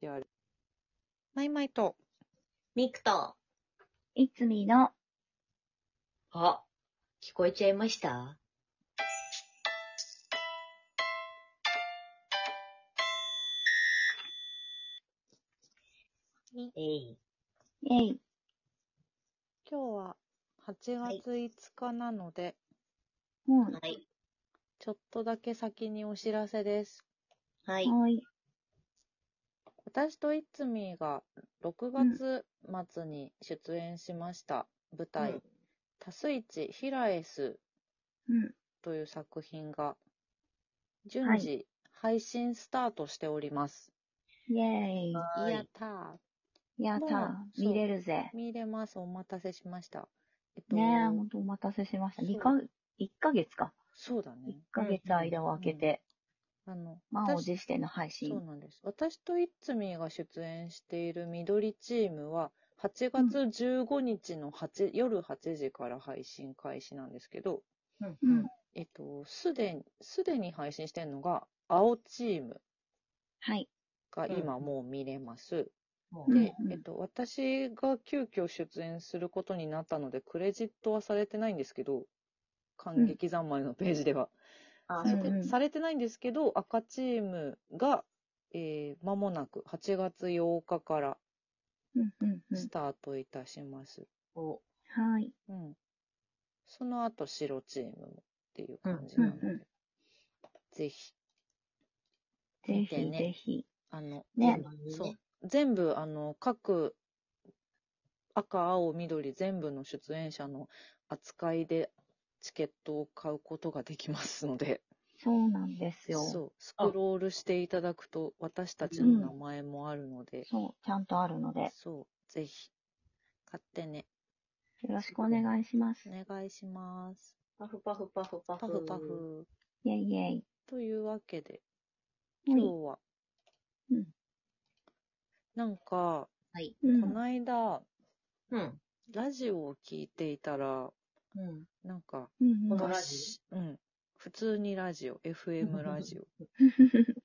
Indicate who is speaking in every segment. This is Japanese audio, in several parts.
Speaker 1: である。マイマイと、
Speaker 2: ミクと、
Speaker 3: いつみの、
Speaker 2: あ、聞こえちゃいました
Speaker 1: み
Speaker 2: えい。
Speaker 3: イェイ。
Speaker 1: 今日は8月5日なので、
Speaker 3: うん。
Speaker 2: はい。
Speaker 1: ちょっとだけ先にお知らせです。
Speaker 2: はい。
Speaker 3: はい。
Speaker 1: 私といつみが6月末に出演しました、舞台、
Speaker 2: うん
Speaker 1: タスイチヒラエス
Speaker 3: うん。
Speaker 1: という作品が、順次、配信スタートしております。
Speaker 3: イェイ。
Speaker 2: はい
Speaker 1: やったー。
Speaker 3: やった
Speaker 1: まあそう
Speaker 3: 見れるぜ。
Speaker 1: 見れます。お待たせしました。えっと、
Speaker 3: ねえ、ほんとお待たせしました。
Speaker 1: そう
Speaker 3: 2か、1ヶ月か。
Speaker 1: そうだ
Speaker 3: 1
Speaker 1: ね。
Speaker 3: ヶ月間を空けて、
Speaker 1: あの、
Speaker 3: 満を
Speaker 1: 私
Speaker 3: 持しての配信
Speaker 1: そう。なんです。私といっつみが出演している緑チームは、8月15日の8、夜8時から配信開始なんですけど、
Speaker 2: うん
Speaker 3: うん。
Speaker 1: えっと、すでに、すでに配信してるのが、青チーム
Speaker 3: はい。
Speaker 1: が今
Speaker 2: うん
Speaker 1: もう見れます。
Speaker 2: も
Speaker 3: うん
Speaker 1: で、えっと、私が急遽出演することになったので、クレジットはされてないんですけど、感激三昧のページでは。
Speaker 2: あ
Speaker 3: うん
Speaker 1: されて
Speaker 3: うん
Speaker 1: されてないんですけど、赤チームが、えー、間もなく8月8日から
Speaker 3: うんうん
Speaker 1: スタートいたします。
Speaker 2: こ
Speaker 3: うん。はい。
Speaker 1: うん。その後、白チームもっていう感じなので、
Speaker 3: うんうんう
Speaker 1: ぜひ、
Speaker 3: ぜ
Speaker 1: 見て
Speaker 3: ひ
Speaker 1: ね
Speaker 3: ぜひ。
Speaker 1: あの、
Speaker 2: う
Speaker 3: ね。
Speaker 1: そう。全部、あの、各、赤、青、緑、全部の出演者の扱いで、チケットを買うことができますので。
Speaker 3: そうなんですよ。
Speaker 1: そう、スクロールしていただくと、私たちの名前もあるので、
Speaker 3: そう。ちゃんとあるので、よ
Speaker 1: そう、ぜひ、買ってね、
Speaker 3: ろしくお願いします。
Speaker 1: お
Speaker 3: イ
Speaker 1: 願いします。
Speaker 2: パフパフパフパフ。
Speaker 1: パフパ。フ。
Speaker 3: ェイイェイ。
Speaker 1: というわけで、
Speaker 3: は
Speaker 1: 今
Speaker 3: い
Speaker 1: 日は、
Speaker 3: うん
Speaker 1: なんか、
Speaker 3: う
Speaker 1: こ
Speaker 3: ん。
Speaker 1: の間、
Speaker 2: うん。
Speaker 1: ラジオを聞いていたら、
Speaker 2: うん。
Speaker 1: なんか、
Speaker 3: うん
Speaker 2: こ
Speaker 3: うん
Speaker 2: のラジ
Speaker 1: うん、普通にラジオ、FM ラジオ。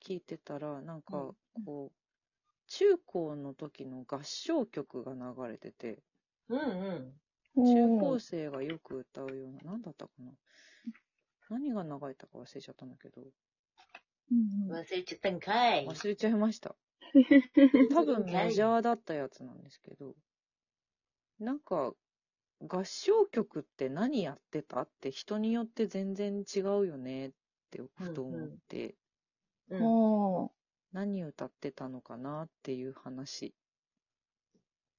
Speaker 1: 聞いてたら、なんか
Speaker 2: う、
Speaker 1: こう、中高の時の合唱曲が流れてて、
Speaker 2: うんうん。
Speaker 1: 中高
Speaker 3: おー
Speaker 1: 生がよく歌うような、なんだったかな何が流れたか忘れちゃったんだけど、
Speaker 3: うんうん
Speaker 2: 忘れちゃったんかい。
Speaker 1: 忘れちゃいま した。多分メジャーだったやつなんですけど、なんか、合唱曲って何やってたって人によって全然違うよねってふと思って、
Speaker 2: うん。
Speaker 3: おー
Speaker 1: 何歌ってたのかなっていう話。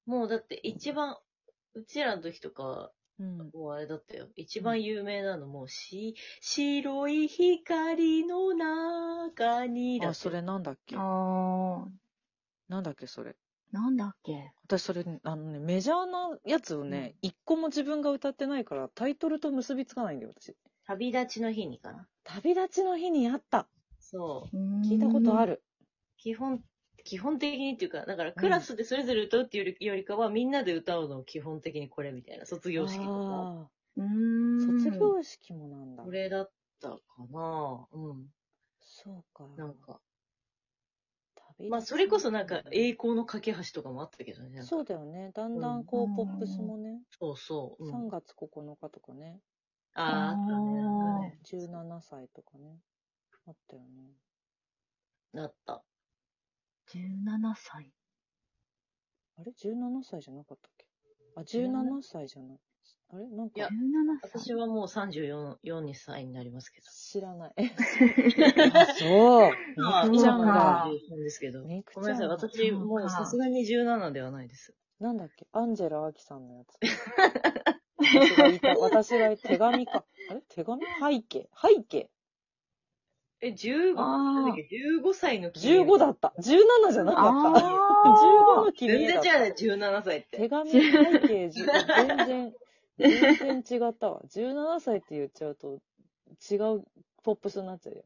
Speaker 2: もうだって一番、うちらの時とか、
Speaker 1: うん、
Speaker 2: もうあれだったよ。一番有名なのもう、し、白い光の中にだ
Speaker 1: あ、
Speaker 2: って
Speaker 1: それなんだっけ
Speaker 3: あー。
Speaker 1: なんだっけそれ。
Speaker 3: なんだっけ
Speaker 1: 私それ、あのね、メジャーなやつをね、一、個も自分が歌ってないから、タイトルと結びつかないんだよ、私。
Speaker 2: 旅立ちの日にかな。
Speaker 1: 旅立ちの日にあった。
Speaker 2: そう。
Speaker 1: 聞
Speaker 3: 聞
Speaker 1: いたことあ
Speaker 3: る。
Speaker 1: る。
Speaker 2: 基本、基本的にっていうか、だからクラスでそれぞれ歌うっていうよりよりかは、みんなで歌うのを基本的にこれみたいな、卒業式とか。
Speaker 1: あ
Speaker 3: うー
Speaker 1: ー
Speaker 3: ん。
Speaker 1: 卒業式もなんだ。
Speaker 2: これだったかなうん。
Speaker 1: そうか。
Speaker 2: なんか。
Speaker 1: 旅立ちの日
Speaker 2: まあ、それこそなんか、栄光の架け橋とかもあったけどね。なんか
Speaker 1: そうだよね。だんだんこ
Speaker 3: う
Speaker 1: う、
Speaker 3: ん
Speaker 1: ポップスもね、
Speaker 2: そうそう。うん
Speaker 1: 3月9日とかね、
Speaker 2: あーあったねなんかね。
Speaker 1: 17歳とかね、あったよね。
Speaker 2: なった。
Speaker 3: 17歳。
Speaker 1: あれ ?17 歳じゃなかったっけあ、17歳じゃない。あれなん
Speaker 2: いや
Speaker 1: か
Speaker 3: 17、歳。
Speaker 2: 私はもう34、4歳になりますけど。
Speaker 1: 知らない。あそう。
Speaker 2: あ
Speaker 1: みくちゃん
Speaker 3: が
Speaker 1: が
Speaker 2: 今。33ですけど。
Speaker 1: みく
Speaker 2: ご
Speaker 1: ち
Speaker 2: めん
Speaker 1: ゃ
Speaker 2: なんさい、
Speaker 1: が。
Speaker 2: 私、もうさすがに17ではないです。
Speaker 1: なんだっけアンジェラ・アキさんのやつ。私が言った、私が言った手紙か。あれ手紙背景背景
Speaker 2: え、15?
Speaker 3: あー
Speaker 2: なんだっけ ?15 歳の君
Speaker 1: ?15 だった。17じゃなかった。15
Speaker 3: あ
Speaker 1: の
Speaker 2: 全
Speaker 1: 君
Speaker 2: 然
Speaker 1: だっ
Speaker 2: 違う
Speaker 1: た。
Speaker 2: ね、17歳って。
Speaker 1: 手紙背景、じ全然、全然違ったわ。17歳って言っちゃうと、違うポップスになっちゃうよ。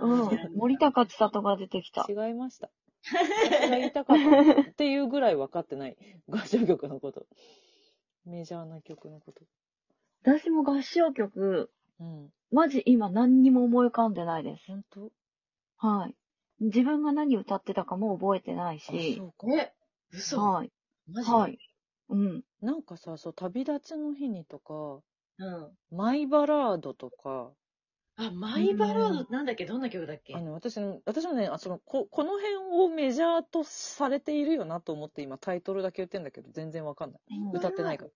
Speaker 3: ーうん。森高千里が出てきた。
Speaker 1: 違いました。私が言いたかったっていうぐらい分かってない。合唱曲のこと。メジャーな曲のこと。
Speaker 3: 私も合唱曲、
Speaker 1: うん。
Speaker 3: マジ今何にも思い浮かんでないです。
Speaker 1: 本当
Speaker 3: はい。自分が何歌ってたかも覚えてないし
Speaker 1: そ、うか。
Speaker 2: え、嘘
Speaker 3: はい、
Speaker 2: マジで
Speaker 3: はい。うん。
Speaker 1: なんかさ、そう、旅立ちの日にとか、
Speaker 2: うん。
Speaker 1: マイバラードとか、
Speaker 2: あ、マイバラード、なんだっけどんな曲だっけ
Speaker 1: あの、私の、私もね、あそのこ、この辺をメジャーとされているよなと思って今タイトルだけ言ってんだけど、全然わかんない。
Speaker 2: うん
Speaker 1: 歌ってないから。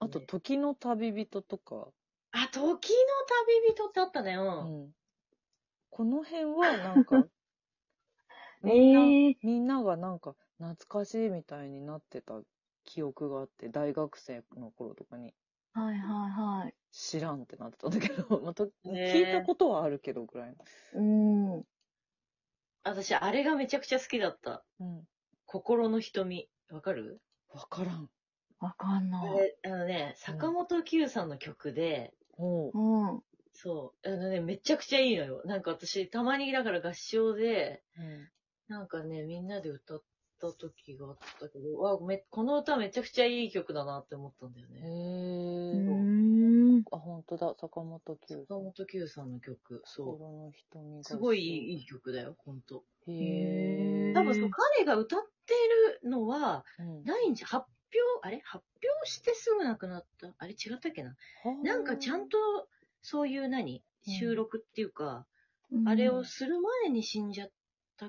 Speaker 1: あと、
Speaker 2: ね
Speaker 1: 時の旅人とか、
Speaker 2: あ、時の旅人ってあったね。う。
Speaker 1: うんん。この辺はなんか、みんな、
Speaker 3: ええ
Speaker 1: みんながなんか懐かしいみたいになってた記憶があって、大学生の頃とかに
Speaker 3: はいはいはい。
Speaker 1: 知らんってなってたんだけど、 まあと
Speaker 2: ね
Speaker 1: 聞いたことはあるけどぐらいの。
Speaker 3: うん。
Speaker 2: 私、あれがめちゃくちゃ好きだった。
Speaker 1: うん。
Speaker 2: 心の瞳。わかる
Speaker 1: わからん。
Speaker 3: わかんな
Speaker 2: あ
Speaker 3: い。
Speaker 2: れあのね、坂本九さんの曲で、
Speaker 1: おう。
Speaker 3: うん。
Speaker 2: そう。あのね、めちゃくちゃいいのよ。なんか私、たまにだから合唱で、
Speaker 1: うん
Speaker 2: なんかね、みんなで歌った時があったけど、わめこの歌めちゃくちゃいい曲だなって思ったんだよね。
Speaker 3: う
Speaker 1: へえ。
Speaker 3: ーん。
Speaker 1: あ、本当だ。坂本九
Speaker 2: 坂本九さんの曲、そ
Speaker 1: 心の瞳が。
Speaker 2: う。すごいいいいい曲だよ、ほんと。
Speaker 1: い。へえ。
Speaker 2: 多分そう、彼が歌っているのは、
Speaker 1: うん、
Speaker 2: ないんじゃ、発表、あれ発表してすぐ亡くなった。あれ違ったっけななんかちゃんと、そういう何
Speaker 1: うん
Speaker 2: 収録っていうか、
Speaker 3: うん
Speaker 2: あれを。する前に死んじゃった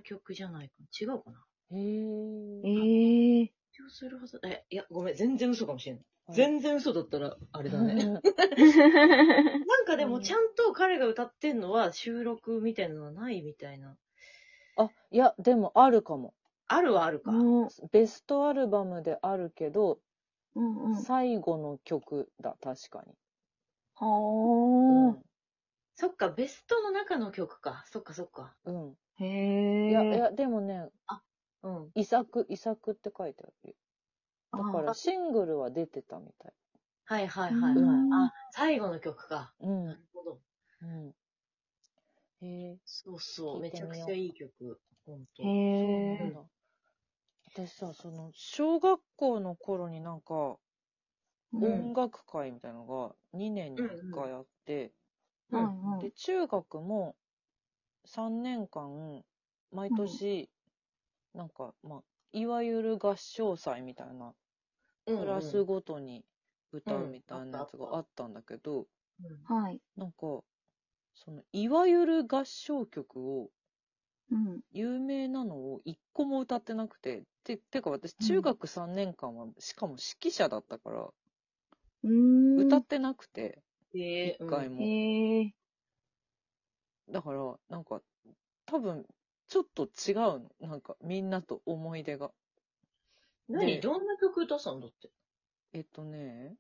Speaker 2: 曲じゃないかな。違うかな
Speaker 1: へ
Speaker 3: え
Speaker 1: え。
Speaker 3: え
Speaker 2: 発表するはずえ、いや、ごめん、全然嘘かもしれない。
Speaker 1: はい
Speaker 2: 全然嘘だったら、あれだね。なんかで
Speaker 1: う
Speaker 2: も、
Speaker 1: ん
Speaker 2: ちゃんと彼が歌ってんのは収録みたいなのはないみたいな。
Speaker 1: あ、いや、でもあるかも。
Speaker 2: あるはあるか。
Speaker 3: も
Speaker 1: ベストアルバムであるけど、
Speaker 3: う、うんうん。
Speaker 1: 最後の曲だ、確かに。
Speaker 3: は
Speaker 2: そっか、ベストの中の曲か。そっかそっか。
Speaker 1: うん。うん
Speaker 3: あ。へえ。
Speaker 1: いや、いや、でもね、
Speaker 2: うん。
Speaker 1: 遺作、遺作って書いてあるよ。だか
Speaker 3: あ
Speaker 1: ら、シングルは出てたみたい。
Speaker 2: はいはいはい。
Speaker 3: うん
Speaker 2: あ、最後の曲か。
Speaker 1: うん。
Speaker 2: なるほど。
Speaker 1: うん。へえ。
Speaker 2: そうそう。
Speaker 1: 聞い
Speaker 2: め
Speaker 1: てみ
Speaker 2: ち
Speaker 1: よ
Speaker 2: ゃ
Speaker 1: う
Speaker 2: くちゃいい曲。ほん
Speaker 1: そ
Speaker 2: と。
Speaker 1: う
Speaker 3: へ
Speaker 1: なん
Speaker 3: え
Speaker 1: だ。私さ、その、小学校の頃になんか、
Speaker 3: うん
Speaker 1: 音楽会みたいなのが2年に1回あって、
Speaker 2: う
Speaker 3: はい
Speaker 2: ん
Speaker 3: はい
Speaker 1: で、中学も3年間、毎年、なんか、まあ、いわゆる合唱祭みたいな、
Speaker 2: うん
Speaker 1: クラスごとに歌うみたいなやつ
Speaker 2: うん
Speaker 1: があったんだけど、
Speaker 2: うん
Speaker 3: はい。
Speaker 1: なんか、その、いわゆる合唱曲を、
Speaker 3: うん。
Speaker 1: 有名なのを一個も歌ってなくて、て、てか私、
Speaker 3: うん
Speaker 1: 中学3年間は、しかも指揮者だったから、
Speaker 3: うーん。
Speaker 1: 歌ってなくて、
Speaker 2: え
Speaker 1: 一
Speaker 2: ーうん
Speaker 1: 回も。
Speaker 3: へえ。
Speaker 1: だから、なんか、多分、ちょっと違うの。なんか、みんなと思い出が。
Speaker 2: 何
Speaker 1: で
Speaker 2: どんな曲歌ったんだって。
Speaker 1: えっとね、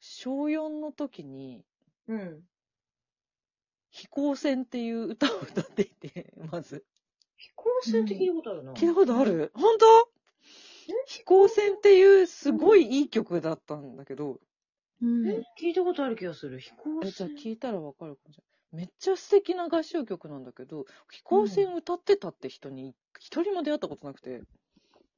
Speaker 1: 小4の時に、
Speaker 2: うん。
Speaker 1: 飛行船っていう歌を歌っていて、まず。
Speaker 2: 飛行船って聞いたことあるな。
Speaker 1: 聞いたことある本当飛行船っていうすごいいい曲だったんだけど、
Speaker 3: うん。
Speaker 2: え聞いたことある気がする。飛行
Speaker 1: え、じゃあ
Speaker 2: 船。
Speaker 1: 聞いたらわかるかもしれない。めっちゃ素敵な合唱曲なんだけど、飛行船歌ってたって人に、一人も出会ったことなくて。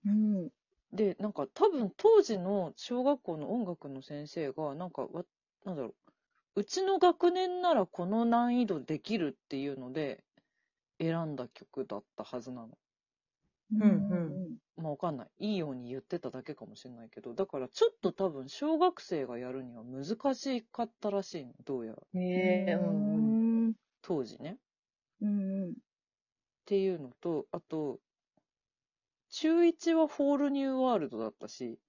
Speaker 3: うん。
Speaker 1: で、なんか多分当時の小学校の音楽の先生が、なんかわ、なんだろう、うちの学年ならこの難易度できるっていうので、選んだ曲だったはずなの。
Speaker 3: うん
Speaker 2: うん
Speaker 1: まあわかんない。いいように言ってただけかもしれないけど、だからちょっと多分小学生がやるには難しかったらしいの、どうやら。
Speaker 2: えー
Speaker 3: う
Speaker 2: うんうん
Speaker 3: ん。
Speaker 1: 当時ね。
Speaker 3: うんうん。
Speaker 1: っていうのと、あと、中1はフォールニューワールドだったし、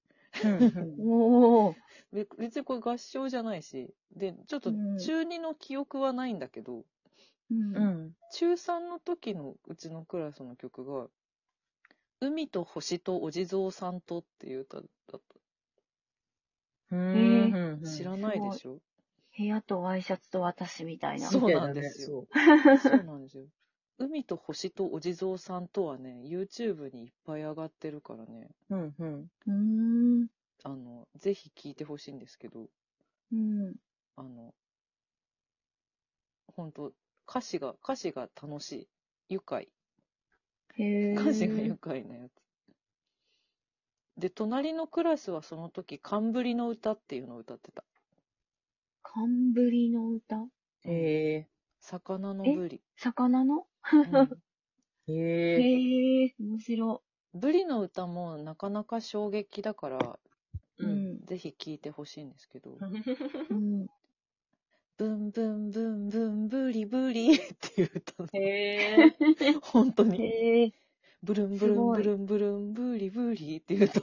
Speaker 3: おお。
Speaker 1: べ別にこれ合唱じゃないし、で、ちょっと
Speaker 3: うん
Speaker 1: 中2の記憶はないんだけど、
Speaker 3: うん
Speaker 2: う。ん。
Speaker 1: 中3の時のうちのクラスの曲が、海と星とお地蔵さんとっていう歌だっ
Speaker 2: うんうん
Speaker 1: た。知らないでしょ、
Speaker 3: 部屋とワイシャツと私みたいな。
Speaker 1: そうなんですよ。そうなんですよ。海と星とお地蔵さんとはね、YouTube にいっぱい上がってるからね、
Speaker 2: うんうん。
Speaker 3: うーん。
Speaker 1: あの、ぜひ聴いてほしいんですけど、
Speaker 3: うん。
Speaker 1: あの、本当歌詞が、歌詞が楽しい。愉快。
Speaker 3: へえ。
Speaker 1: 歌詞が愉快なやつ。で、隣のクラスはその時、冠の歌っていうのを歌ってた。
Speaker 3: 寒ぶりの歌
Speaker 2: へえ。
Speaker 1: 魚のぶり。
Speaker 3: 魚の
Speaker 1: うん
Speaker 2: へえ。
Speaker 3: へえ、面白。
Speaker 1: ブリの歌もなかなか衝撃だから、
Speaker 3: う。ん。
Speaker 1: ぜひ聴いてほしいんですけど、
Speaker 3: うん。
Speaker 1: ブンブンブンブンブリブリっていう歌ね。
Speaker 2: へえ。
Speaker 1: 本当に。
Speaker 3: へえ。
Speaker 1: ブルンブル
Speaker 3: す
Speaker 1: ン
Speaker 3: ご
Speaker 1: ブ
Speaker 3: い
Speaker 1: ルンブルンブリブリっていう歌。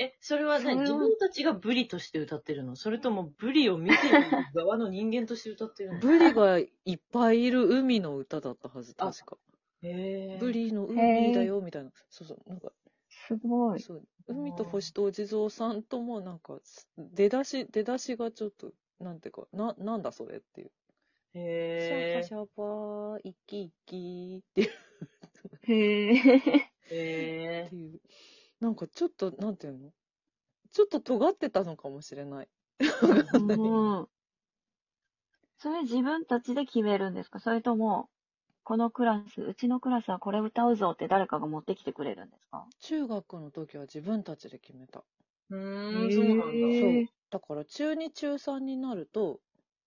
Speaker 2: え、それは何
Speaker 3: それ
Speaker 2: 自
Speaker 3: は
Speaker 2: 分たちがブリとして歌ってるのそれともブリを見てる側の人間として歌ってるの
Speaker 1: ブリがいっぱいいる海の歌だったはず、
Speaker 2: あ
Speaker 1: 確か。
Speaker 2: へえ。
Speaker 1: ブ。リの海だよ、みたいな。そうそう。なんか、
Speaker 3: すごい。
Speaker 1: そう。海と
Speaker 2: あー
Speaker 1: 星とお地蔵さんとも、なんか、す出だし、出だしがちょっと、なんていうか、な、なんだそれっていう。シャ
Speaker 2: へ
Speaker 1: パシャパー、イキイキっていう
Speaker 3: へえ。
Speaker 2: え。へ
Speaker 1: っ
Speaker 2: え
Speaker 1: て。いう。なんかちょっと、なんていうのちょっと尖ってたのかもしれない。
Speaker 3: うん。それ自分たちで決めるんですかそれとも、このクラス、うちのクラスはこれ歌うぞって誰かが持ってきてくれるんですか
Speaker 1: 中学の時は自分たちで決めた。
Speaker 2: う
Speaker 3: へ
Speaker 2: ーん、
Speaker 3: え
Speaker 2: そうなんだ。
Speaker 1: そう。だから中2中3になると、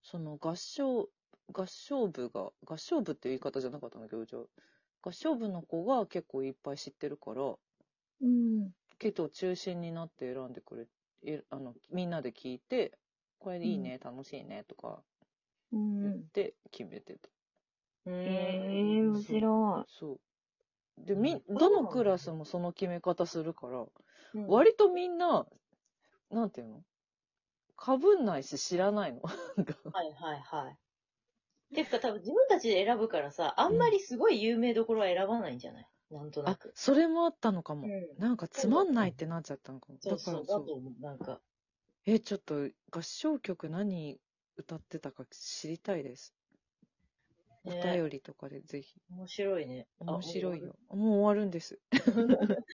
Speaker 1: その合唱、合唱部が、合唱部っていう言い方じゃなかったんだけど、じゃあ合唱部の子が結構いっぱい知ってるから、
Speaker 3: うん。
Speaker 1: けど中心になって選んでくれ、えあの、みんなで聞いて、これでいいね、楽しいねとか
Speaker 3: う
Speaker 1: 言っ
Speaker 3: ん。
Speaker 1: て決めてた。
Speaker 2: う
Speaker 3: へ
Speaker 2: ーん。
Speaker 3: え、面白
Speaker 1: そう。で、
Speaker 2: うん
Speaker 1: み、どのクラスもその決め方するから、
Speaker 2: うん
Speaker 1: 割とみんな、なんていうのかぶんないし知ら ないの。なんか
Speaker 2: はいはいはい。てか多分自分たちで選ぶからさ、あんまりすごい有名どころは選ばないんじゃないなんとな
Speaker 1: あ
Speaker 2: く、。
Speaker 1: それもあったのかも。
Speaker 2: ん。
Speaker 1: なんかつまんないってなっちゃったのかも。だ
Speaker 2: そう
Speaker 1: か
Speaker 2: そ
Speaker 1: ら
Speaker 2: う、だと
Speaker 1: そう。
Speaker 2: 思う。なんか、
Speaker 1: え、ちょっと合唱曲何歌ってたか知りたいです。お
Speaker 2: ね、
Speaker 1: 便りとかでぜひ。
Speaker 2: 面白いね。あ
Speaker 1: 面白い。よ。もう終わるんです。